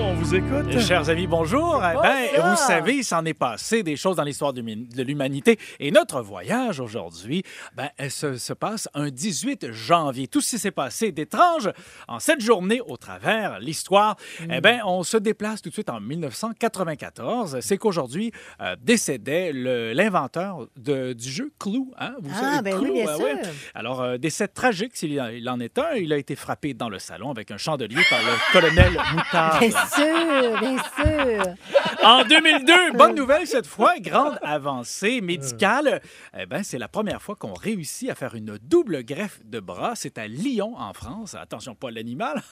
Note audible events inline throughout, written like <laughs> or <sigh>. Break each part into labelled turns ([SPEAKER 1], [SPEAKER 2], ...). [SPEAKER 1] on vous écoute.
[SPEAKER 2] Euh, Chers amis, bonjour. Eh ben, vous savez, il s'en est passé des choses dans l'histoire de mi- de l'humanité. Et notre voyage aujourd'hui ben, elle se, se passe un 18 janvier. Tout ce qui s'est passé d'étrange en cette journée au travers l'histoire,
[SPEAKER 3] Mm.
[SPEAKER 2] eh ben, on se déplace tout de suite en 1994. C'est qu'aujourd'hui euh, décédait le- l'inventeur de- du jeu Clou. hein. Vous
[SPEAKER 3] Ah,
[SPEAKER 2] savez,
[SPEAKER 3] ben oui,
[SPEAKER 2] Clou,
[SPEAKER 3] bien
[SPEAKER 2] ah
[SPEAKER 3] sûr.
[SPEAKER 2] alors, euh, décès tragique, s'il en- il en est un, il a été frappé dans le salon avec un chandelier par le
[SPEAKER 3] <laughs>
[SPEAKER 2] colonel Moutard.
[SPEAKER 3] Bien sûr, bien sûr.
[SPEAKER 2] En 2002, bonne nouvelle cette fois, grande avancée médicale. Eh ben, c'est la première fois qu'on réussit à faire une double greffe de bras. C'est à Lyon, en France. Attention, pas l'animal.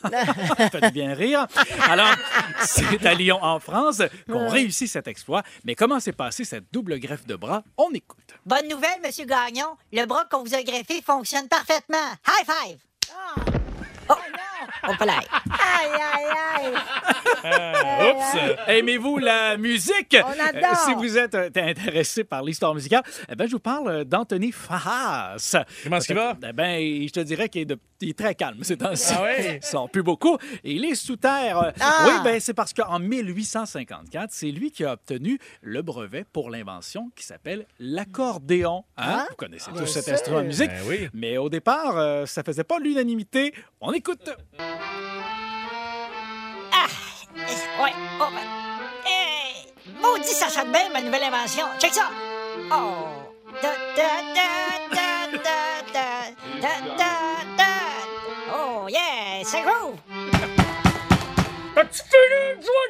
[SPEAKER 2] Faites bien rire. Alors, c'est à Lyon, en France, qu'on réussit cet exploit. Mais comment s'est passée cette double greffe de bras? On écoute.
[SPEAKER 4] Bonne nouvelle, Monsieur Gagnon. Le bras qu'on vous a greffé fonctionne parfaitement. High five! Oh, on peut l'air. Aïe, aïe, aïe!
[SPEAKER 1] <laughs> Ah, oups.
[SPEAKER 2] <laughs> Aimez-vous la musique?
[SPEAKER 3] On adore.
[SPEAKER 2] si vous êtes euh, intéressé par l'histoire musicale, eh ben, je vous parle d'Anthony Fahas.
[SPEAKER 1] Comment est-ce qu'il va?
[SPEAKER 2] Eh ben, je te dirais qu'il est, de- il est très calme ces temps-ci.
[SPEAKER 1] Ah oui?
[SPEAKER 2] <laughs> Ils sont plus beaucoup. Et il est sous terre. Euh,
[SPEAKER 4] Ah!
[SPEAKER 2] Oui, ben, c'est parce qu'en 1854, c'est lui qui a obtenu le brevet pour l'invention qui s'appelle l'accordéon. Hein?
[SPEAKER 3] Ah!
[SPEAKER 2] vous connaissez tous cet instrument de musique.
[SPEAKER 1] Ben oui.
[SPEAKER 2] Mais au départ, euh, ça faisait pas l'unanimité. On écoute.
[SPEAKER 4] Eh, Ouais, oh, ben. Hey! Maudit, ça sonne bien, ma nouvelle invention. Check ça! Oh! Da, da, da, da, da, da, da, da, da. Oh, yeah! C'est groove!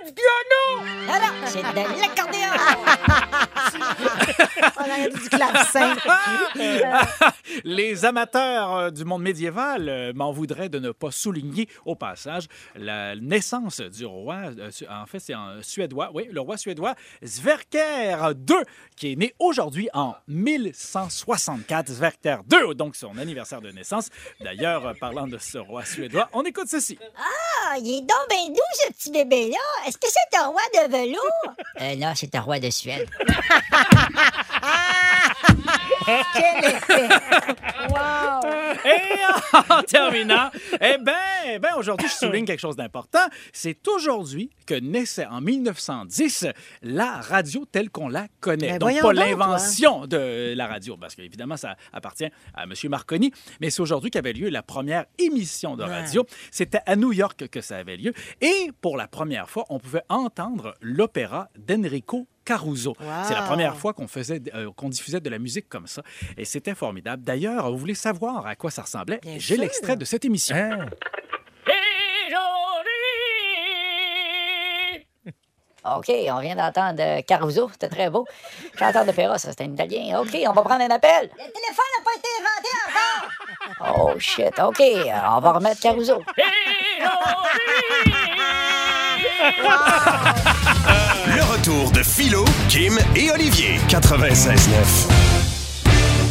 [SPEAKER 4] Non, non, c'est de l'accordéon!
[SPEAKER 3] On aurait dit du clavecin.
[SPEAKER 2] Les amateurs euh, du monde médiéval euh, m'en voudraient de ne pas souligner au passage la naissance du roi, euh, su- en fait c'est en suédois, oui, le roi suédois Sverker II, qui est né aujourd'hui en 1164. Sverker II, donc son anniversaire de naissance. D'ailleurs, euh, parlant de ce roi suédois, on écoute ceci.
[SPEAKER 4] Ah, il est donc bien doux, ce petit bébé-là! Est-ce que c'est un roi de velours? <laughs> Euh, non, c'est un roi de Suède.
[SPEAKER 3] Quel effet. Wow.
[SPEAKER 2] Et en <laughs> terminant, eh ben, eh ben, aujourd'hui, je souligne quelque chose d'important. C'est aujourd'hui que naissait en 1910 la radio telle qu'on la connaît.
[SPEAKER 3] Ben,
[SPEAKER 2] donc,
[SPEAKER 3] voyons
[SPEAKER 2] pas
[SPEAKER 3] donc,
[SPEAKER 2] l'invention de la radio, parce qu'évidemment, ça appartient à M. Marconi. Mais c'est aujourd'hui qu'avait lieu la première émission de radio. C'était à New York que ça avait lieu. Et pour la première fois, on pouvait entendre l'opéra d'Enrico Caruso. C'est la
[SPEAKER 3] Wow.
[SPEAKER 2] première fois qu'on faisait, euh, qu'on diffusait de la musique comme ça. Et c'était formidable. D'ailleurs, vous voulez savoir à quoi ça ressemblait?
[SPEAKER 3] Bien
[SPEAKER 2] J'ai
[SPEAKER 3] sûr.
[SPEAKER 2] l'extrait de cette émission.
[SPEAKER 1] Hein?
[SPEAKER 4] OK, on vient d'entendre euh, Caruso, c'était très beau. Chanteur d'opéra, ça, c'était un italien. OK, on va prendre un appel. Le téléphone n'a pas été inventé encore! Oh shit, OK, euh, on va remettre Caruso.
[SPEAKER 5] Le retour de Philo, Kim et Olivier. 96.9.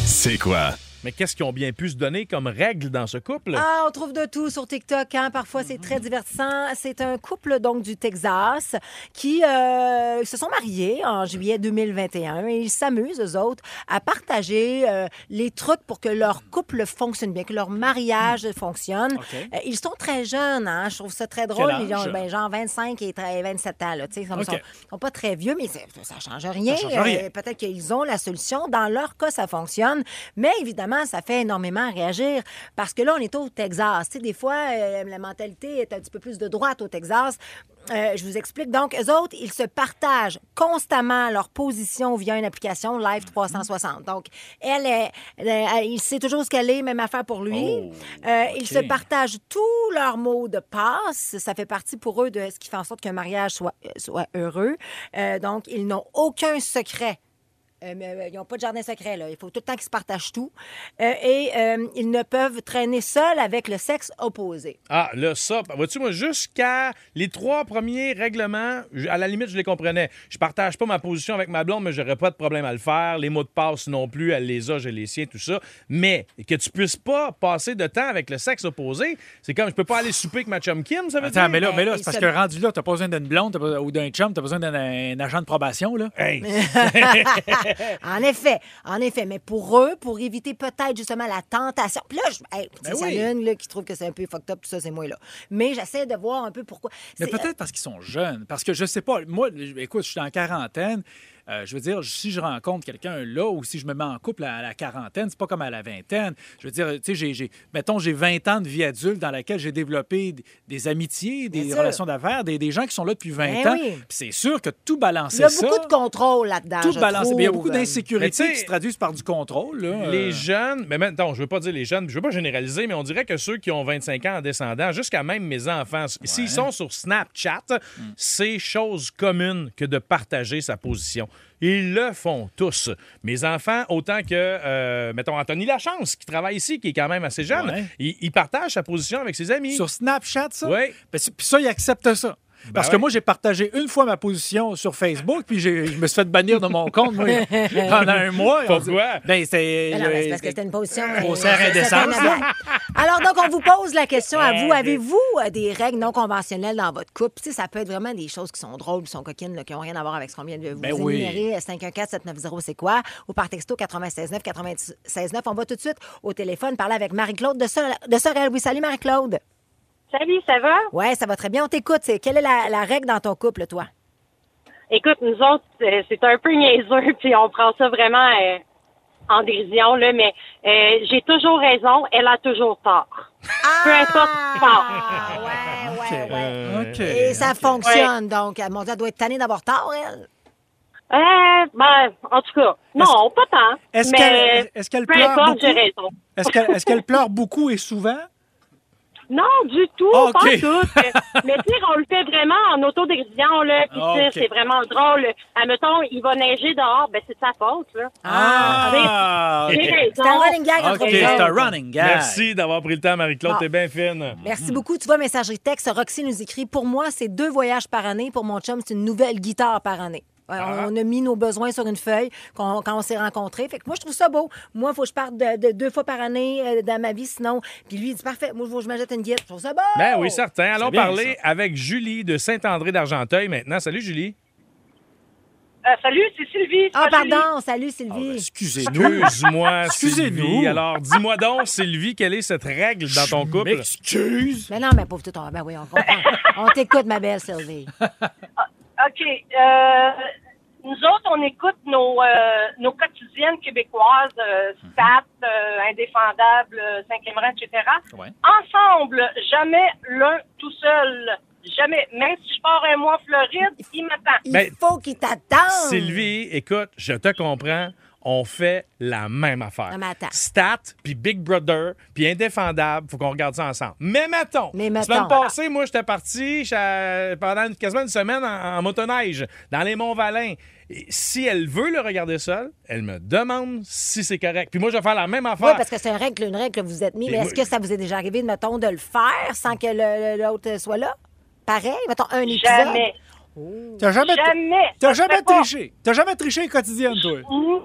[SPEAKER 5] C'est quoi?
[SPEAKER 1] Mais qu'est-ce qu'ils ont bien pu se donner comme règle dans ce couple?
[SPEAKER 3] Ah, on trouve de tout sur TikTok. hein. Parfois, c'est très divertissant. C'est un couple donc du Texas qui euh, se sont mariés en juillet 2021 et ils s'amusent, eux autres, à partager euh, les trucs pour que leur couple fonctionne bien, que leur mariage fonctionne.
[SPEAKER 2] Hmm. OK.
[SPEAKER 3] Euh, ils sont très jeunes, hein. je trouve ça très drôle.
[SPEAKER 2] Quel
[SPEAKER 3] Ils ont
[SPEAKER 2] âge?
[SPEAKER 3] ben, genre 25 et 30 27 ans. Là, tu sais, ils sont,
[SPEAKER 2] OK.
[SPEAKER 3] sont- sont pas très vieux, mais c'est- ça change rien.
[SPEAKER 2] change rien.
[SPEAKER 3] Euh, Peut-être qu'ils ont la solution. Dans leur cas, ça fonctionne. Mais évidemment, ça fait énormément réagir parce que là, on est au Texas. Tu sais, des fois, euh, la mentalité est un petit peu plus de droite au Texas. Euh, je vous explique. Donc, eux autres, ils se partagent constamment leur position via une application
[SPEAKER 2] Mm-hmm.
[SPEAKER 3] Live 360. Donc, elle, est, elle- elle- il sait toujours ce qu'elle est, même affaire pour lui.
[SPEAKER 2] Oh,
[SPEAKER 3] Euh, Ils
[SPEAKER 2] ok.
[SPEAKER 3] se partagent tous leurs mots de passe. Ça fait partie pour eux de ce qui fait en sorte qu'un mariage soit, euh, soit heureux. Euh, donc, ils n'ont aucun secret. Euh, mais, euh, ils n'ont pas de jardin secret. Là. Il faut tout le temps qu'ils se partagent tout. Euh, et euh, ils ne peuvent traîner seuls avec le sexe opposé.
[SPEAKER 1] Ah, là, ça, vois-tu, moi, jusqu'à les trois premiers règlements, je- à la limite, je les comprenais. Je partage pas ma position avec ma blonde, mais j'aurais pas de problème à le faire. Les mots de passe non plus, elle les a, j'ai les siens, tout ça. Mais que tu puisses pas passer de temps avec le sexe opposé, c'est comme je peux pas aller souper avec ma chum Kim, ça veut
[SPEAKER 2] Attends,
[SPEAKER 1] dire?
[SPEAKER 2] mais là, mais là
[SPEAKER 3] Euh,
[SPEAKER 2] c'est
[SPEAKER 3] il
[SPEAKER 2] parce
[SPEAKER 3] se-
[SPEAKER 2] que rendu là, t'as pas besoin d'une blonde t'as pas- ou d'un chum, t'as besoin d'un un agent de probation, là.
[SPEAKER 1] Hey,
[SPEAKER 2] Eh.
[SPEAKER 3] En effet, en effet. Mais pour eux, pour éviter peut-être justement la tentation. Puis là, je, hey,
[SPEAKER 2] Ben
[SPEAKER 3] c'est
[SPEAKER 2] oui.
[SPEAKER 3] Saloon, là, qui trouve que c'est un peu fucked up, tout ça, c'est moi, là. Mais j'essaie de voir un peu pourquoi.
[SPEAKER 2] Mais
[SPEAKER 3] C'est- euh,
[SPEAKER 2] peut-être parce qu'ils sont jeunes. Parce que je sais pas, moi, je- écoute, je suis en quarantaine. euh, je veux dire, si je rencontre quelqu'un là ou si je me mets en couple à la quarantaine, c'est pas comme à la vingtaine. Je veux dire, tu sais, j'ai- j'ai- mettons, j'ai 20 ans de vie adulte dans laquelle j'ai développé d- des amitiés, des
[SPEAKER 3] sûr.
[SPEAKER 2] relations d'affaires, des, des gens qui sont là depuis 20
[SPEAKER 3] Ben
[SPEAKER 2] ans.
[SPEAKER 3] oui.
[SPEAKER 2] Puis c'est sûr que tout balancer
[SPEAKER 3] Il y a
[SPEAKER 2] ça,
[SPEAKER 3] beaucoup de contrôle là-dedans.
[SPEAKER 2] tout
[SPEAKER 3] je
[SPEAKER 2] balancer. mais il y a beaucoup
[SPEAKER 3] trouve. Ben. euh.
[SPEAKER 1] Mais tu
[SPEAKER 2] d'insécurité
[SPEAKER 1] sais,
[SPEAKER 2] qui se traduisent par du contrôle. là.
[SPEAKER 1] Les
[SPEAKER 2] Euh,
[SPEAKER 1] jeunes, mais maintenant, je veux pas dire les jeunes, je veux pas généraliser, mais on dirait que ceux qui ont 25 ans en descendant, jusqu'à même mes enfants, s- s'ils sont sur Snapchat,
[SPEAKER 2] Mm.
[SPEAKER 1] c'est chose commune que de partager sa position. Ils le font tous. Mes enfants, autant que, euh, mettons, Anthony Lachance, qui travaille ici, qui est quand même assez jeune,
[SPEAKER 2] Ouais.
[SPEAKER 1] il, il partage sa position avec ses amis.
[SPEAKER 2] Sur Snapchat, ça?
[SPEAKER 1] Oui. Ben
[SPEAKER 2] Ben, c'est- Puis ça, ils acceptent ça. Parce que
[SPEAKER 1] ouais.
[SPEAKER 2] moi, j'ai partagé une fois ma position sur Facebook, puis j'ai- je me suis fait bannir de mon compte moi,
[SPEAKER 1] <laughs>
[SPEAKER 2] pendant un mois.
[SPEAKER 1] Pourquoi?
[SPEAKER 2] Ben, c'est.
[SPEAKER 3] Mais non, mais c'est parce que c'était une position. euh,
[SPEAKER 2] Grossière
[SPEAKER 3] c'était
[SPEAKER 2] indécence,
[SPEAKER 3] un abat. Alors, donc, on vous pose la question à vous. Avez-vous euh, des règles non conventionnelles dans votre couple? Tu sais, ça peut être vraiment des choses qui sont drôles, qui sont coquines, là, qui n'ont rien à voir avec ce qu'on vient de vous
[SPEAKER 2] Ben oui.
[SPEAKER 3] énumérer. Euh, 514-790, c'est quoi? Ou par texto 969 969 On va tout de suite au téléphone parler avec Marie-Claude de, Sor- de Sorel. Oui, salut Marie-Claude.
[SPEAKER 6] Salut, ça va?
[SPEAKER 3] Ouais, ça va très bien. On t'écoute. C'est- Quelle est la, la règle dans ton couple, toi?
[SPEAKER 6] Écoute, nous autres, euh, c'est un peu niaiseux, <laughs> puis on prend ça vraiment euh, en dérision, là, mais euh, j'ai toujours raison, elle a toujours tort. Peu
[SPEAKER 2] Ah!
[SPEAKER 6] importe ce qui se
[SPEAKER 3] ouais,
[SPEAKER 6] passe.
[SPEAKER 3] ouais, ouais.
[SPEAKER 2] OK.
[SPEAKER 3] Et ça fonctionne, donc. euh, Mon Dieu, elle doit être tannée d'avoir tort, elle.
[SPEAKER 6] Euh, ben, en tout cas, non, pas tant.
[SPEAKER 2] Est-ce
[SPEAKER 6] mais
[SPEAKER 2] qu'elle- est-ce qu'elle
[SPEAKER 6] peu
[SPEAKER 2] pleure
[SPEAKER 6] importe,
[SPEAKER 2] beaucoup?
[SPEAKER 6] j'ai raison.
[SPEAKER 2] Est-ce qu'elle est-ce qu'elle pleure beaucoup et souvent?
[SPEAKER 6] Non, du tout,
[SPEAKER 2] Ah,
[SPEAKER 6] pas
[SPEAKER 2] ok.
[SPEAKER 6] tout. Euh,
[SPEAKER 2] <laughs>
[SPEAKER 6] Mais tu sais, on le fait vraiment en autodérision, là, puis
[SPEAKER 2] Ah,
[SPEAKER 6] tu sais,
[SPEAKER 2] ok.
[SPEAKER 6] c'est vraiment drôle. Admettons, il va neiger dehors, ben c'est de sa faute, là.
[SPEAKER 2] Ah!
[SPEAKER 6] J'ai
[SPEAKER 3] Ah,
[SPEAKER 2] OK,
[SPEAKER 3] C'est un
[SPEAKER 6] raison.
[SPEAKER 3] running gag entre
[SPEAKER 2] Ok,
[SPEAKER 3] nous
[SPEAKER 2] c'est
[SPEAKER 3] autres.
[SPEAKER 2] un running gag.
[SPEAKER 1] Merci d'avoir pris le temps, Marie-Claude.
[SPEAKER 3] Bon.
[SPEAKER 1] T'es bien fine.
[SPEAKER 3] Merci beaucoup. Tu vois, messagerie texte, Roxy nous écrit Pour moi, c'est deux voyages par année. Pour mon chum, c'est une nouvelle guitare par année. Ouais,
[SPEAKER 1] Ah.
[SPEAKER 3] On a mis nos besoins sur une feuille qu'on- quand on s'est rencontrés. Fait que moi, je trouve ça beau. Moi, il faut que je parte de, de deux fois par année euh, dans ma vie, sinon. Puis lui, il dit Parfait, moi, il faut que je m'achète une guitare. Je trouve ça beau.
[SPEAKER 1] Ben oui, certain. Allons
[SPEAKER 2] bien,
[SPEAKER 1] parler avec Julie de Saint-André d'Argenteuil maintenant. Salut, Julie.
[SPEAKER 6] Euh, salut, c'est Sylvie.
[SPEAKER 3] Ah, pardon. Salut,
[SPEAKER 1] Ah, ben,
[SPEAKER 3] Sylvie.
[SPEAKER 2] Excusez-nous.
[SPEAKER 1] Excuse-moi,
[SPEAKER 2] <laughs> Excusez-nous.
[SPEAKER 1] Sylvie. Alors, dis-moi donc, Sylvie, quelle est cette règle dans ton couple?
[SPEAKER 2] M'excuse.
[SPEAKER 3] Mais non, mais pauvre tout. on- Ben oui, on comprend.
[SPEAKER 1] <laughs>
[SPEAKER 3] on t'écoute, ma belle Sylvie.
[SPEAKER 6] OK. Euh, nous autres, on écoute nos, euh, nos quotidiennes québécoises, euh, SAT, euh, Indéfendable, euh, Cinquième rang, etc.
[SPEAKER 2] Ouais.
[SPEAKER 6] Ensemble, jamais l'un tout seul. Jamais. Même si je pars un mois en Floride, il m'attend.
[SPEAKER 3] Il
[SPEAKER 1] Ben,
[SPEAKER 3] faut qu'il t'attende.
[SPEAKER 1] Sylvie, écoute, je te comprends. On fait la même affaire.
[SPEAKER 3] Non, Ah, mais attends.
[SPEAKER 1] Stat, puis Big Brother, puis Indéfendable, faut qu'on regarde ça ensemble. Mais mettons,
[SPEAKER 3] Mais mettons.
[SPEAKER 1] semaine passée, moi, j'étais parti j'étais, pendant une- quasiment une semaine en, en motoneige dans les Monts-Valin. Et Si elle veut le regarder seul, elle me demande si c'est correct. Puis moi, je vais faire la même affaire.
[SPEAKER 3] Oui, parce que c'est une règle, une règle que vous êtes mis.
[SPEAKER 1] Et
[SPEAKER 3] Mais
[SPEAKER 1] moi-
[SPEAKER 3] est-ce que ça vous est déjà arrivé, mettons, de le faire sans que le- le- l'autre soit là? Pareil, mettons, un épisode.
[SPEAKER 6] Jamais.
[SPEAKER 2] T'as jamais,
[SPEAKER 6] Jamais.
[SPEAKER 2] t'as
[SPEAKER 6] Je
[SPEAKER 2] jamais
[SPEAKER 6] sais pas.
[SPEAKER 2] triché. T'as jamais triché quotidienne, toi.
[SPEAKER 6] Non.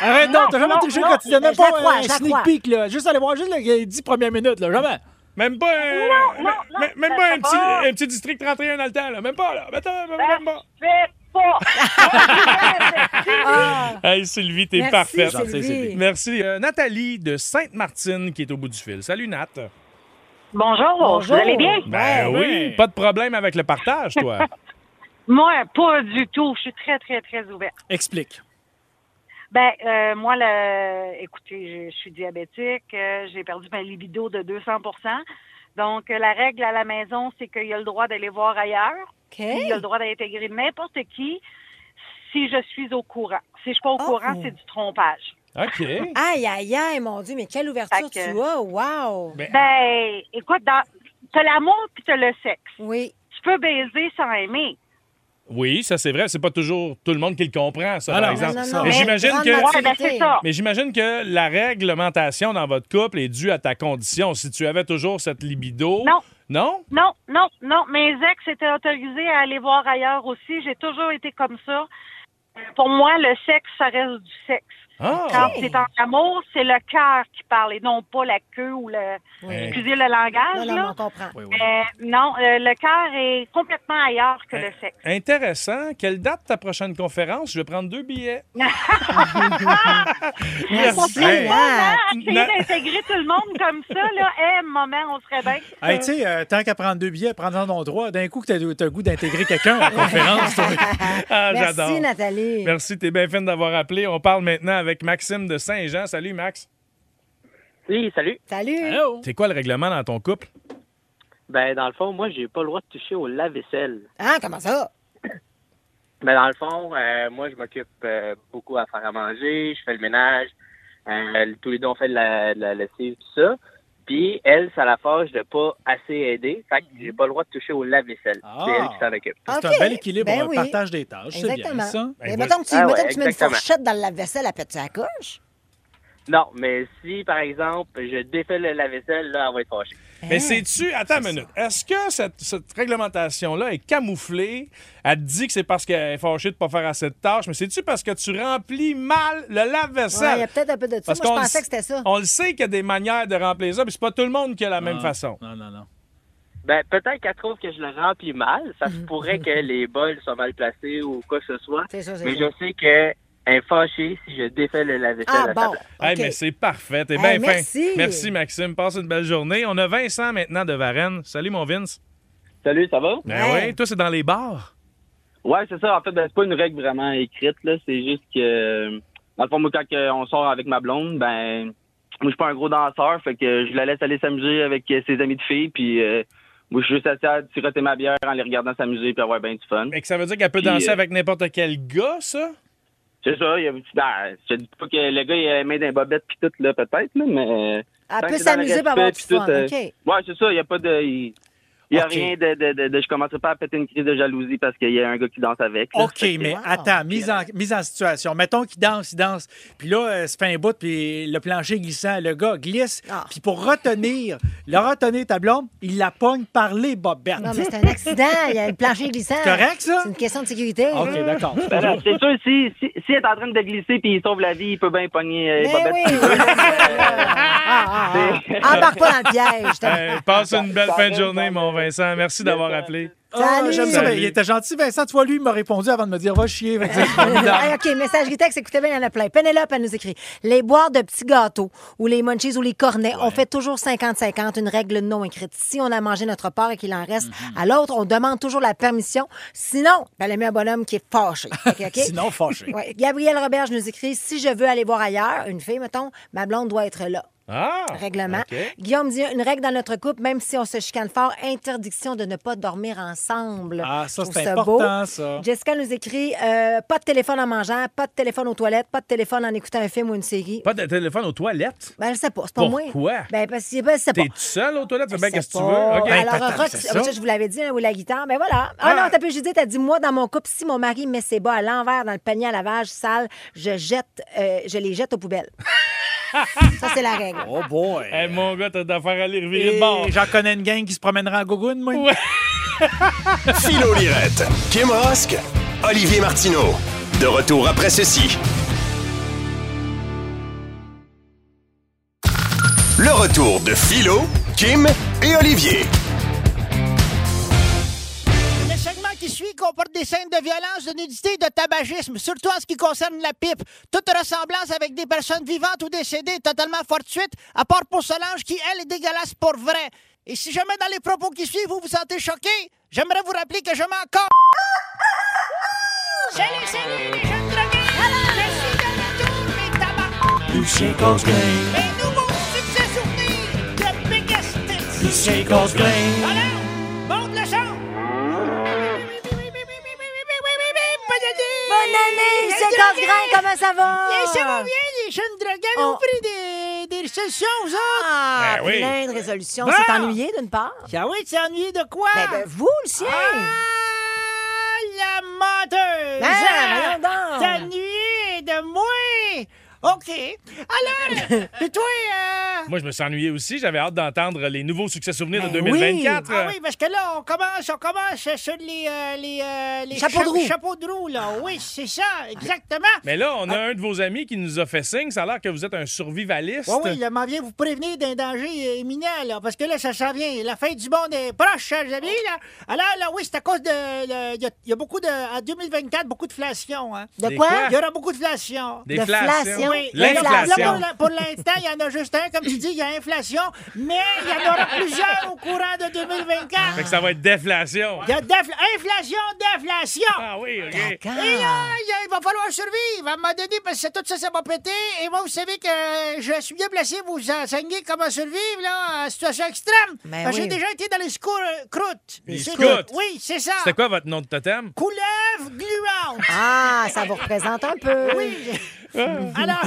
[SPEAKER 2] Arrête
[SPEAKER 6] Non,
[SPEAKER 2] donc, t'as jamais
[SPEAKER 6] non,
[SPEAKER 2] triché
[SPEAKER 6] non,
[SPEAKER 2] quotidienne.
[SPEAKER 3] mais
[SPEAKER 2] Même
[SPEAKER 3] je
[SPEAKER 2] pas
[SPEAKER 3] la crois,
[SPEAKER 2] un
[SPEAKER 3] je la
[SPEAKER 2] sneak
[SPEAKER 3] crois.
[SPEAKER 2] peek, là. Juste aller voir juste les 10 premières minutes, là. Jamais.
[SPEAKER 1] Même pas un,
[SPEAKER 6] Non, non, non,
[SPEAKER 1] même- même
[SPEAKER 6] ça
[SPEAKER 1] pas
[SPEAKER 6] va
[SPEAKER 1] un
[SPEAKER 6] pas.
[SPEAKER 1] petit, un petit district 31 dans le temps, là. Même pas, là. Attends, même,
[SPEAKER 6] Ça
[SPEAKER 1] même pas.
[SPEAKER 6] se fait pas.
[SPEAKER 3] Ah,
[SPEAKER 1] Hey, Sylvie, t'es
[SPEAKER 3] merci,
[SPEAKER 1] parfaite.
[SPEAKER 2] Gentil,
[SPEAKER 3] Sylvie.
[SPEAKER 2] Sylvie.
[SPEAKER 1] Merci. Euh, Nathalie de Sainte-Martine qui est au bout du fil. Salut, Nat.
[SPEAKER 6] Bonjour,
[SPEAKER 3] Bonjour. allez bien?
[SPEAKER 1] Ben oui,
[SPEAKER 2] ouais.
[SPEAKER 1] pas de problème avec le partage, toi.
[SPEAKER 6] Moi, pas du tout. Je suis très, très, très ouverte.
[SPEAKER 2] Explique.
[SPEAKER 6] Ben, euh, moi, le, écoutez, je, je suis diabétique. euh, j'ai perdu ma libido de 200 Donc, euh, la règle à la maison, c'est qu'il y a le droit d'aller voir ailleurs.
[SPEAKER 3] OK.
[SPEAKER 6] Il y a le droit d'intégrer n'importe qui si je suis au courant. Si je suis pas au
[SPEAKER 3] Oh.
[SPEAKER 6] courant, c'est du trompage.
[SPEAKER 1] OK.
[SPEAKER 3] Aïe, aïe, aïe, mon Dieu, mais quelle ouverture
[SPEAKER 6] Fait que-
[SPEAKER 3] tu as. Wow.
[SPEAKER 1] Ben,
[SPEAKER 6] Ben, écoute, dans, t'as l'amour puis t'as le sexe.
[SPEAKER 3] Oui.
[SPEAKER 6] Tu peux baiser sans aimer.
[SPEAKER 1] oui, ça, c'est vrai. C'est pas toujours tout le monde qui le comprend, ça,
[SPEAKER 2] Ah,
[SPEAKER 1] par
[SPEAKER 2] non.
[SPEAKER 1] exemple.
[SPEAKER 3] Non, non, non.
[SPEAKER 1] Mais
[SPEAKER 3] Mais
[SPEAKER 1] j'imagine
[SPEAKER 3] grande
[SPEAKER 1] que...
[SPEAKER 3] maturité.
[SPEAKER 6] Ouais, ben, c'est ça.
[SPEAKER 1] Mais j'imagine que la réglementation dans votre couple est due à ta condition. Si tu avais toujours cette libido...
[SPEAKER 6] Non.
[SPEAKER 1] Non?
[SPEAKER 6] Non, non, non. Mes ex étaient autorisés à aller voir ailleurs aussi. J'ai toujours été comme ça. Euh, Pour moi, le sexe, ça reste du sexe.
[SPEAKER 1] Ah!
[SPEAKER 6] Quand c'est en amour, c'est le cœur qui parle et non pas la queue ou le.
[SPEAKER 1] Hey.
[SPEAKER 6] Excusez le langage,
[SPEAKER 3] Non, non, mais
[SPEAKER 6] là.
[SPEAKER 3] on comprend.
[SPEAKER 2] Oui, oui.
[SPEAKER 6] Euh, non, euh, le cœur est complètement ailleurs que le
[SPEAKER 1] Hein,
[SPEAKER 6] sexe.
[SPEAKER 1] Intéressant. Quelle date ta prochaine conférence? Je vais prendre deux billets.
[SPEAKER 3] Merci.
[SPEAKER 1] Hey.
[SPEAKER 3] Hein?
[SPEAKER 6] Ah, essayer
[SPEAKER 1] Na-
[SPEAKER 6] d'intégrer tout le monde comme ça, là, eh, moment, on serait bien.
[SPEAKER 2] Hey, tu sais, euh, tant qu'à prendre deux billets, prends-en ton droit. D'un coup, que t'as as le goût d'intégrer quelqu'un
[SPEAKER 3] <laughs>
[SPEAKER 2] à la conférence. toi.
[SPEAKER 1] Ah,
[SPEAKER 3] Merci,
[SPEAKER 1] j'adore.
[SPEAKER 3] Nathalie.
[SPEAKER 1] Merci, t'es bien fine d'avoir appelé. On parle maintenant avec Maxime de Saint-Jean. Salut, Max.
[SPEAKER 7] Oui, salut.
[SPEAKER 3] Salut.
[SPEAKER 2] Allô?
[SPEAKER 1] C'est quoi le règlement dans ton couple?
[SPEAKER 7] Ben, dans le fond, moi, j'ai pas le droit de toucher au lave-vaisselle.
[SPEAKER 3] Hein, comment ça?
[SPEAKER 7] Ben, dans le fond, euh, moi, je m'occupe euh, beaucoup à faire à manger, je fais le ménage, euh, tous les deux, on fait de la, de la lessive, tout ça. Puis, elle, ça la fâche de pas assez aider. Fait que j'ai pas le droit de toucher au lave-vaisselle.
[SPEAKER 2] Ah.
[SPEAKER 7] C'est elle qui s'en occupe.
[SPEAKER 2] C'est
[SPEAKER 3] Ok.
[SPEAKER 2] un bel équilibre,
[SPEAKER 3] Ben
[SPEAKER 2] un
[SPEAKER 3] oui.
[SPEAKER 2] partage des tâches. C'est bien,
[SPEAKER 3] Exactement.
[SPEAKER 2] ça.
[SPEAKER 3] Mais
[SPEAKER 1] Ben,
[SPEAKER 3] mettons que tu,
[SPEAKER 7] Ah ouais,
[SPEAKER 3] mettons que tu mets une
[SPEAKER 7] exactement.
[SPEAKER 3] fourchette dans le lave-vaisselle, à pète la coche.
[SPEAKER 7] Non, mais si, par exemple, je défais le lave-vaisselle, là, elle va être fâchée.
[SPEAKER 3] Eh.
[SPEAKER 1] Mais c'est-tu. Attends une minute. Est-ce que cette, cette réglementation-là est camouflée? Elle te dit que c'est parce qu'elle est fâchée de ne pas faire assez de tâches, mais c'est-tu parce que tu remplis mal le
[SPEAKER 3] Ouais, Il
[SPEAKER 1] lave-vaisselle?
[SPEAKER 3] y a peut-être un peu de ça.
[SPEAKER 1] Parce
[SPEAKER 3] Moi, je
[SPEAKER 1] qu'on le
[SPEAKER 3] pensais
[SPEAKER 1] s-
[SPEAKER 3] que c'était ça.
[SPEAKER 1] On le sait qu'il y a des manières de remplir ça, puis c'est pas tout le monde qui a la même
[SPEAKER 2] Ah,
[SPEAKER 1] façon.
[SPEAKER 2] Non, non, non.
[SPEAKER 7] Ben, peut-être qu'elle trouve que je le remplis mal. Ça se pourrait que les bols soient mal placés ou quoi que ce soit.
[SPEAKER 3] Mhm. C'est ça, c'est
[SPEAKER 7] Mais
[SPEAKER 3] ça.
[SPEAKER 7] je sais qu'elle est fâchée si je défais le lave-vaisselle à
[SPEAKER 3] Ah
[SPEAKER 7] sa
[SPEAKER 3] bon.
[SPEAKER 7] place.
[SPEAKER 1] Hey,
[SPEAKER 3] OK.
[SPEAKER 1] mais c'est parfait. T'es
[SPEAKER 3] Hey,
[SPEAKER 1] bien fin.
[SPEAKER 3] merci.
[SPEAKER 1] Merci, Maxime. Passe une belle journée. On a Vincent maintenant de Varennes. Salut, mon Vince.
[SPEAKER 8] Salut, ça va?
[SPEAKER 1] Ben
[SPEAKER 3] Ouais.
[SPEAKER 1] oui, toi, c'est dans les bars.
[SPEAKER 8] Ouais, c'est ça. En fait, ben, c'est pas une règle vraiment écrite, là. C'est juste que, euh, dans le fond, moi, quand euh, on sort avec ma blonde, ben, moi, je suis pas un gros danseur, fait que je la laisse aller s'amuser avec euh, ses amis de filles, puis euh, moi, je suis juste assis à tiroter ma bière en les regardant s'amuser, puis avoir bien du fun.
[SPEAKER 1] Et que ça veut dire qu'elle peut
[SPEAKER 8] Puis,
[SPEAKER 1] danser
[SPEAKER 8] euh,
[SPEAKER 1] avec n'importe quel gars, ça?
[SPEAKER 3] <laughs>
[SPEAKER 8] C'est ça, il y a, ben, je te dis pas que le gars, il a les mains d'un bobette puis tout, là, peut-être, là, mais... euh,
[SPEAKER 3] Elle
[SPEAKER 8] tant
[SPEAKER 3] peut
[SPEAKER 8] que c'est dans le
[SPEAKER 3] s'amuser
[SPEAKER 8] respect,
[SPEAKER 3] pour avoir du
[SPEAKER 8] puis tout,
[SPEAKER 3] fun.
[SPEAKER 8] euh,
[SPEAKER 3] OK.
[SPEAKER 8] Ouais, c'est ça, il y a pas de... Il, il y a
[SPEAKER 2] Ok.
[SPEAKER 8] rien de, de, de, de- Je commencerai pas à péter une crise de jalousie parce qu'il y a un gars qui danse avec, là.
[SPEAKER 2] OK, mais attends, mise en, mise en situation. Mettons qu'il danse, il danse. Puis là, euh, se fait un bout, puis le plancher glissant, le gars glisse.
[SPEAKER 3] Ah.
[SPEAKER 2] Puis pour retenir, le retenir ta blonde, il la pogne par les bobettes.
[SPEAKER 3] Non, mais c'est un accident. Il y a le plancher glissant.
[SPEAKER 2] C'est correct, ça?
[SPEAKER 3] C'est une question de sécurité.
[SPEAKER 2] OK,
[SPEAKER 3] <laughs>
[SPEAKER 2] d'accord.
[SPEAKER 8] Ben là, c'est sûr, si, si, si elle est en train de glisser puis il sauve la vie, il peut bien pogner euh, les
[SPEAKER 3] Mais
[SPEAKER 8] bobettes.
[SPEAKER 3] Eh Ben oui.
[SPEAKER 8] <laughs>
[SPEAKER 3] Ah, ah, ah. Embarque pas dans le piège. t'as-
[SPEAKER 1] Hey, Euh, passe une belle
[SPEAKER 8] ça
[SPEAKER 1] fin de
[SPEAKER 8] reste
[SPEAKER 1] journée,
[SPEAKER 8] dans
[SPEAKER 1] mon Vincent. Merci d'avoir appelé.
[SPEAKER 2] Ah,
[SPEAKER 3] Salut.
[SPEAKER 2] J'aime ça.
[SPEAKER 1] Salut.
[SPEAKER 2] Ben, il était gentil, Vincent. Tu vois, lui, il m'a répondu avant de me dire va chier. Fait
[SPEAKER 3] <laughs>
[SPEAKER 2] que c'est formidable.
[SPEAKER 3] Hey, Ah, OK, message texte, écoutez bien, il y en a plein. Penelope, elle nous écrit Les boires de petits gâteaux ou les munchies ou les cornets, on fait toujours 50-50, une règle non écrite. Si on a mangé notre part et qu'il en reste
[SPEAKER 2] Mhm.
[SPEAKER 3] à l'autre, on demande toujours la permission. Sinon, ben, elle met un bonhomme qui est
[SPEAKER 2] <laughs>
[SPEAKER 3] fâché. Fait que, OK?
[SPEAKER 2] Sinon, fâché.
[SPEAKER 3] Ouais. Gabrielle Roberge nous écrit Si je veux aller voir ailleurs, une fille, mettons, ma blonde doit être là.
[SPEAKER 1] Ah!
[SPEAKER 3] Règlement.
[SPEAKER 1] OK.
[SPEAKER 3] Guillaume dit une règle dans notre couple, même si on se chicane fort, interdiction de ne pas dormir ensemble.
[SPEAKER 2] Ah, ça,
[SPEAKER 3] Je trouve
[SPEAKER 2] c'est
[SPEAKER 3] beau.
[SPEAKER 2] important, ça.
[SPEAKER 3] Jessica nous écrit euh, pas de téléphone en mangeant, pas de téléphone aux toilettes, pas de téléphone en écoutant un film ou une série.
[SPEAKER 1] Pas de téléphone aux toilettes?
[SPEAKER 3] Ben, elle sait pas, c'est pas moi.
[SPEAKER 1] Pourquoi?
[SPEAKER 3] Ben, parce que ben, c'est pas.
[SPEAKER 1] T'es tout seul aux toilettes? Fais bien
[SPEAKER 3] Je sais
[SPEAKER 1] qu'est-ce que tu
[SPEAKER 3] pas.
[SPEAKER 1] veux. OK.
[SPEAKER 2] Ben,
[SPEAKER 3] Alors,
[SPEAKER 2] attends,
[SPEAKER 3] rock,
[SPEAKER 2] c'est ça.
[SPEAKER 3] je vous l'avais dit, là, ou la guitare, ben voilà. Ah,
[SPEAKER 1] Ah.
[SPEAKER 3] non, t'as pu Judith, elle dit, moi, dans mon couple, si mon mari met ses bas à l'envers dans le panier à lavage sale, je jette, euh, je les jette aux poubelles. ça, c'est la règle.
[SPEAKER 2] Oh, boy.
[SPEAKER 1] Hey, mon gars, t'as d'affaires à aller revirer
[SPEAKER 2] Et
[SPEAKER 1] de bord.
[SPEAKER 2] J'en connais une gang qui se promènera en gogoune, moi.
[SPEAKER 5] Philo Lirette, Kim Rosk, Olivier Martineau. De retour après ceci. Le retour de Philo, Kim et Olivier.
[SPEAKER 9] Le segment qui suit comporte des scènes de violence, de nudité et de tabagisme, surtout en ce qui concerne la pipe. Toute ressemblance avec des personnes vivantes ou décédées est totalement fortuite, à part pour Solange qui, elle, est dégueulasse pour vrai. Et si jamais dans les propos qui suivent, vous vous sentez choqué, j'aimerais vous rappeler que je m'en c***.
[SPEAKER 4] Salut, salut, les jeunes drogués! Je suis de retour, mes tabacs! Mes nouveaux succès souvenirs de Biggest Hits! Alors, monte le son!
[SPEAKER 3] <laughs> Bonne année, c'est Grain, comment ça va?
[SPEAKER 9] ça va bien, les jeunes drogués
[SPEAKER 3] On-
[SPEAKER 9] ont pris des, des résolutions, vous autres?
[SPEAKER 3] Oh. Ah,
[SPEAKER 1] Ben oui. Ah!
[SPEAKER 3] plein de résolutions.
[SPEAKER 9] Bon.
[SPEAKER 3] C'est ennuyé, d'une part.
[SPEAKER 9] Ah oui, tu t'es ennuyé de quoi?
[SPEAKER 3] Ben, ben, vous, le sien.
[SPEAKER 9] Ah, la menteuse!
[SPEAKER 3] Ben, voyons donc.
[SPEAKER 9] T'as nué de moi! OK. Alors, puis toi, euh,
[SPEAKER 1] Moi, je me suis ennuyé aussi. J'avais hâte d'entendre les nouveaux succès souvenirs de
[SPEAKER 9] Ben oui.
[SPEAKER 1] 2024.
[SPEAKER 9] Ah oui, parce que là, on commence, on commence sur les, euh, les, euh, les
[SPEAKER 3] Chapeaux de roue.
[SPEAKER 9] chapeaux de roue, là. Oui, c'est ça, exactement.
[SPEAKER 1] Mais là, on a
[SPEAKER 9] Ah.
[SPEAKER 1] un de vos amis qui nous a fait signe. Ça a l'air que vous êtes un survivaliste.
[SPEAKER 9] Oui, oui, là, m'en vient vous prévenir d'un danger euh, imminent, là, parce que là, ça s'en vient. La fin du monde est proche, chers amis, là. Alors, là, oui, c'est à cause de... le- Il y, a- il y a beaucoup de... En 2024, beaucoup de flation, hein.
[SPEAKER 3] De
[SPEAKER 1] Des
[SPEAKER 3] quoi?
[SPEAKER 1] quoi?
[SPEAKER 9] Il y aura beaucoup de flation.
[SPEAKER 1] Des
[SPEAKER 3] de
[SPEAKER 1] flations.
[SPEAKER 3] flations.
[SPEAKER 9] Oui,
[SPEAKER 1] L'inflation.
[SPEAKER 9] Là, pour- pour l'instant, il y en a juste un, comme tu dis, il y a inflation, mais il y en aura plusieurs au courant de 2024.
[SPEAKER 1] Fait que ça va être déflation.
[SPEAKER 9] Il y a défla- inflation, déflation.
[SPEAKER 1] Ah oui, OK.
[SPEAKER 9] Et
[SPEAKER 3] D'accord.
[SPEAKER 9] là, il y a- il va falloir survivre à un moment donné parce que tout ça, ça va péter. Et moi, vous savez que euh, je suis bien placé pour vous enseigner comment survivre là, en situation extrême.
[SPEAKER 3] Mais
[SPEAKER 9] Parce que
[SPEAKER 3] Ben oui.
[SPEAKER 9] J'ai déjà été dans les scou- euh, croûtes.
[SPEAKER 1] Les
[SPEAKER 9] C'est-
[SPEAKER 1] scouts.
[SPEAKER 9] Oui, c'est ça.
[SPEAKER 1] C'était quoi votre nom de totem?
[SPEAKER 9] Couleuvre gluante.
[SPEAKER 3] Ah, ça vous représente un peu.
[SPEAKER 9] Oui. Alors,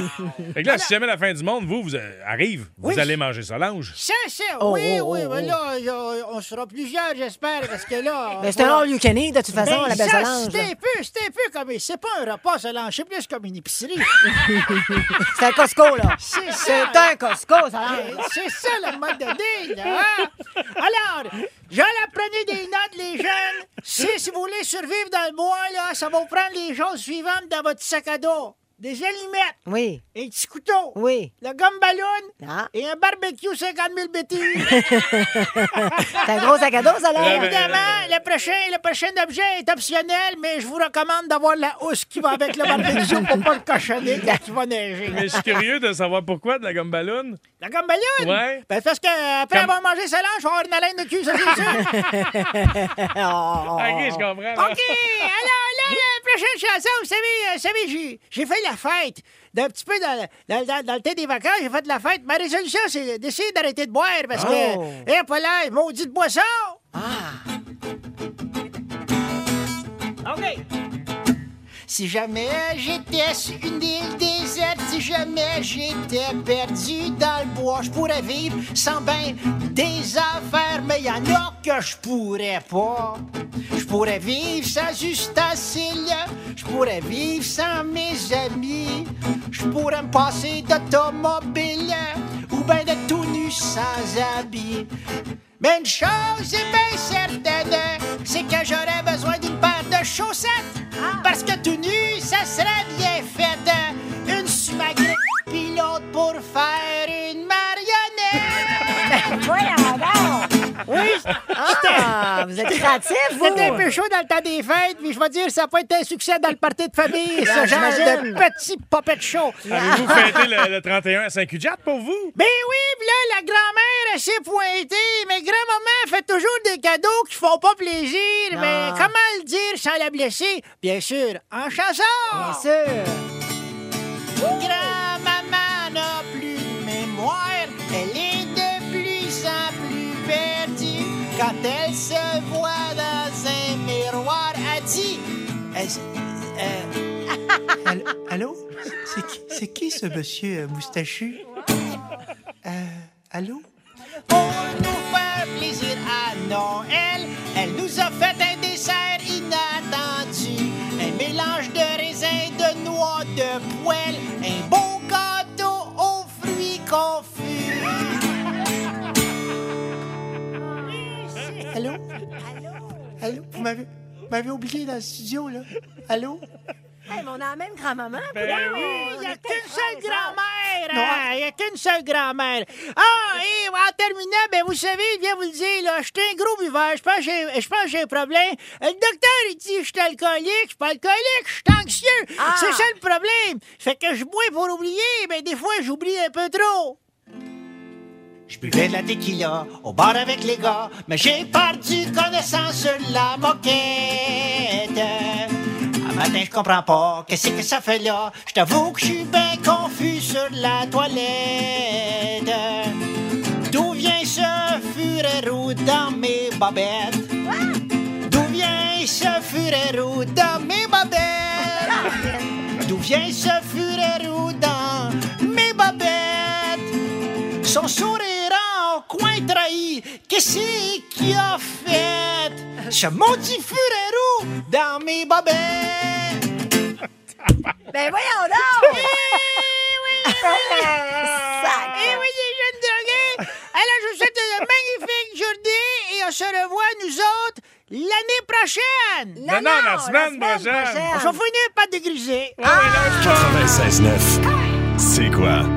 [SPEAKER 1] Fait que là, si jamais la fin du monde, vous, vous euh, arrive, vous
[SPEAKER 9] Oui.
[SPEAKER 1] allez manger Solange.
[SPEAKER 9] ça, ça,
[SPEAKER 3] Oh,
[SPEAKER 9] oui,
[SPEAKER 3] oh, oh,
[SPEAKER 9] oui, mais
[SPEAKER 3] oh.
[SPEAKER 9] là, y a- on sera plusieurs, j'espère, parce que là...
[SPEAKER 3] Mais c'est un
[SPEAKER 9] voilà.
[SPEAKER 3] all you can eat, de toute façon,
[SPEAKER 9] Ben,
[SPEAKER 3] la belle
[SPEAKER 9] ça,
[SPEAKER 3] Solange.
[SPEAKER 9] C'était un peu, c'était un peu comme... C'est pas un repas, Solange, c'est plus comme
[SPEAKER 3] <laughs>
[SPEAKER 9] une épicerie.
[SPEAKER 3] C'est un Costco, là.
[SPEAKER 9] C'est ça.
[SPEAKER 3] C'est un Costco,
[SPEAKER 2] Ah.
[SPEAKER 3] Solange.
[SPEAKER 9] Ben, C'est ça le mode de deal, là, hein? Alors, je leur prenais des notes, les jeunes. Si, si vous voulez survivre dans le bois, là, ça va vous prendre les choses suivantes dans votre sac à dos. Des allumettes,
[SPEAKER 3] Oui,
[SPEAKER 9] un petit couteau,
[SPEAKER 3] oui.
[SPEAKER 9] le gomme ballon
[SPEAKER 3] Ah.
[SPEAKER 9] et un barbecue 50 000 bêtises.
[SPEAKER 3] <laughs> C'est un gros sac à dos,
[SPEAKER 1] Ouais,
[SPEAKER 3] Solange.
[SPEAKER 1] ben-
[SPEAKER 9] Évidemment, le prochain, le prochain objet est optionnel, mais je vous recommande d'avoir la housse qui va avec le barbecue pour pas le cochonner quand il va neiger.
[SPEAKER 1] Mais je suis curieux de savoir pourquoi de la gomme ballon.
[SPEAKER 9] La gomme ballon?
[SPEAKER 1] Ouais.
[SPEAKER 9] Ben, c'est parce que euh, après
[SPEAKER 1] Comme-
[SPEAKER 9] avoir mangé ça là, je vais avoir une haleine de cul, ça c'est
[SPEAKER 1] <laughs>
[SPEAKER 9] sûr.
[SPEAKER 3] Oh.
[SPEAKER 1] OK, je comprends. là.
[SPEAKER 9] OK! Alors, là, la prochaine chanson, vous savez, euh, vous savez, j'ai, j'ai fait la fête. D'un petit peu dans, le- dans, dans- dans le temps des vacances, j'ai fait de la fête. Ma résolution, c'est d'essayer d'arrêter de boire parce
[SPEAKER 3] Oh.
[SPEAKER 9] que. Eh, pas là, maudite boisson!
[SPEAKER 1] Ah.
[SPEAKER 9] OK! Si jamais j'étais sur une île déserte, si jamais j'étais perdu dans le bois, je pourrais vivre sans ben des affaires, mais y en a que je pourrais pas. Je pourrais vivre sans Justacile, je pourrais vivre sans mes amis, je pourrais me passer d'automobile ou ben d'être tout nu sans habit. Mais une chose est bien certaine, c'est que j'aurais besoin d'une paire de chaussettes. Parce que tout nu, ça serait bien fait. Une sur ma grippe, puis l'autre pour faire une marionnette.
[SPEAKER 3] Voyons donc.
[SPEAKER 9] oui,
[SPEAKER 3] Ah, vous êtes créatif, vous.
[SPEAKER 9] c'était un peu chaud dans le temps des fêtes, mais je vais dire, ça n'a pas été un succès dans le party de famille, ce genre de
[SPEAKER 3] j'imagine.
[SPEAKER 9] petit puppet show.
[SPEAKER 1] Avez-vous fêté le, le 31 à saint cujat pour vous?
[SPEAKER 9] Ben oui, pis là, la grand-mère, elle s'est pointée. Mais grand-maman fait toujours des cadeaux qui font pas plaisir. Mais
[SPEAKER 3] Ah.
[SPEAKER 9] comment le dire sans la blesser? Bien sûr, en chanson!
[SPEAKER 3] Bien sûr.
[SPEAKER 9] Grand-maman n'a plus de mémoire, elle est de plus en plus perdue. Quand elle se voit dans un miroir, elle dit... Est-ce- euh, Allô- Allô? C'est qui- C'est qui ce monsieur euh, moustachu? Euh, allô? Pour nous faire plaisir à Noël, elle nous a fait un dessert inattendu. Un mélange de raisins, de noix, de poêle, un beau gâteau aux fruits confus. Allô? Allô? Vous m'avez- vous m'avez oublié dans le studio, là? Allô?
[SPEAKER 3] Hey, mais on a la même grand-maman.
[SPEAKER 1] Ben oui.
[SPEAKER 9] Il n'y a qu'une seule grand-mère. hein. Il n'y a qu'une seule grand-mère. Ah, et en terminant, ben, vous savez, je viens vous le dire, là, je suis un gros buveur. Je pense que j'ai- je pense que j'ai un problème. Euh, Le docteur, il dit que je suis alcoolique. Je suis pas alcoolique, je suis anxieux.
[SPEAKER 3] Ah.
[SPEAKER 9] C'est ça le problème. Fait que je bois pour oublier, mais des fois, j'oublie un peu trop. Je buvais de la tequila au bar avec les gars, mais j'ai perdu connaissance sur la moquette. Un matin, je comprends pas, qu'est-ce que ça fait là? Je t'avoue que je suis bien confus sur la toilette. D'où vient ce furet roux dans mes babettes? D'où vient ce furet roux dans mes babettes? D'où vient ce furet roux dans mes babettes? Son sourire en coin trahi, qu'est-ce qu'il a fait? Ce maudit furet roux dans mes babettes!
[SPEAKER 3] Ben voyons donc.
[SPEAKER 9] Eh oui,
[SPEAKER 3] <laughs> Sac.
[SPEAKER 9] Et oui, les jeunes drogués, alors je vous souhaite une magnifique journée et on se revoit, nous autres, l'année prochaine.
[SPEAKER 1] Non, non, la semaine prochaine.
[SPEAKER 9] On s'en finit pas dégriser.
[SPEAKER 1] Ouais, ouais, lâche pas.
[SPEAKER 5] 96.9. C'est quoi?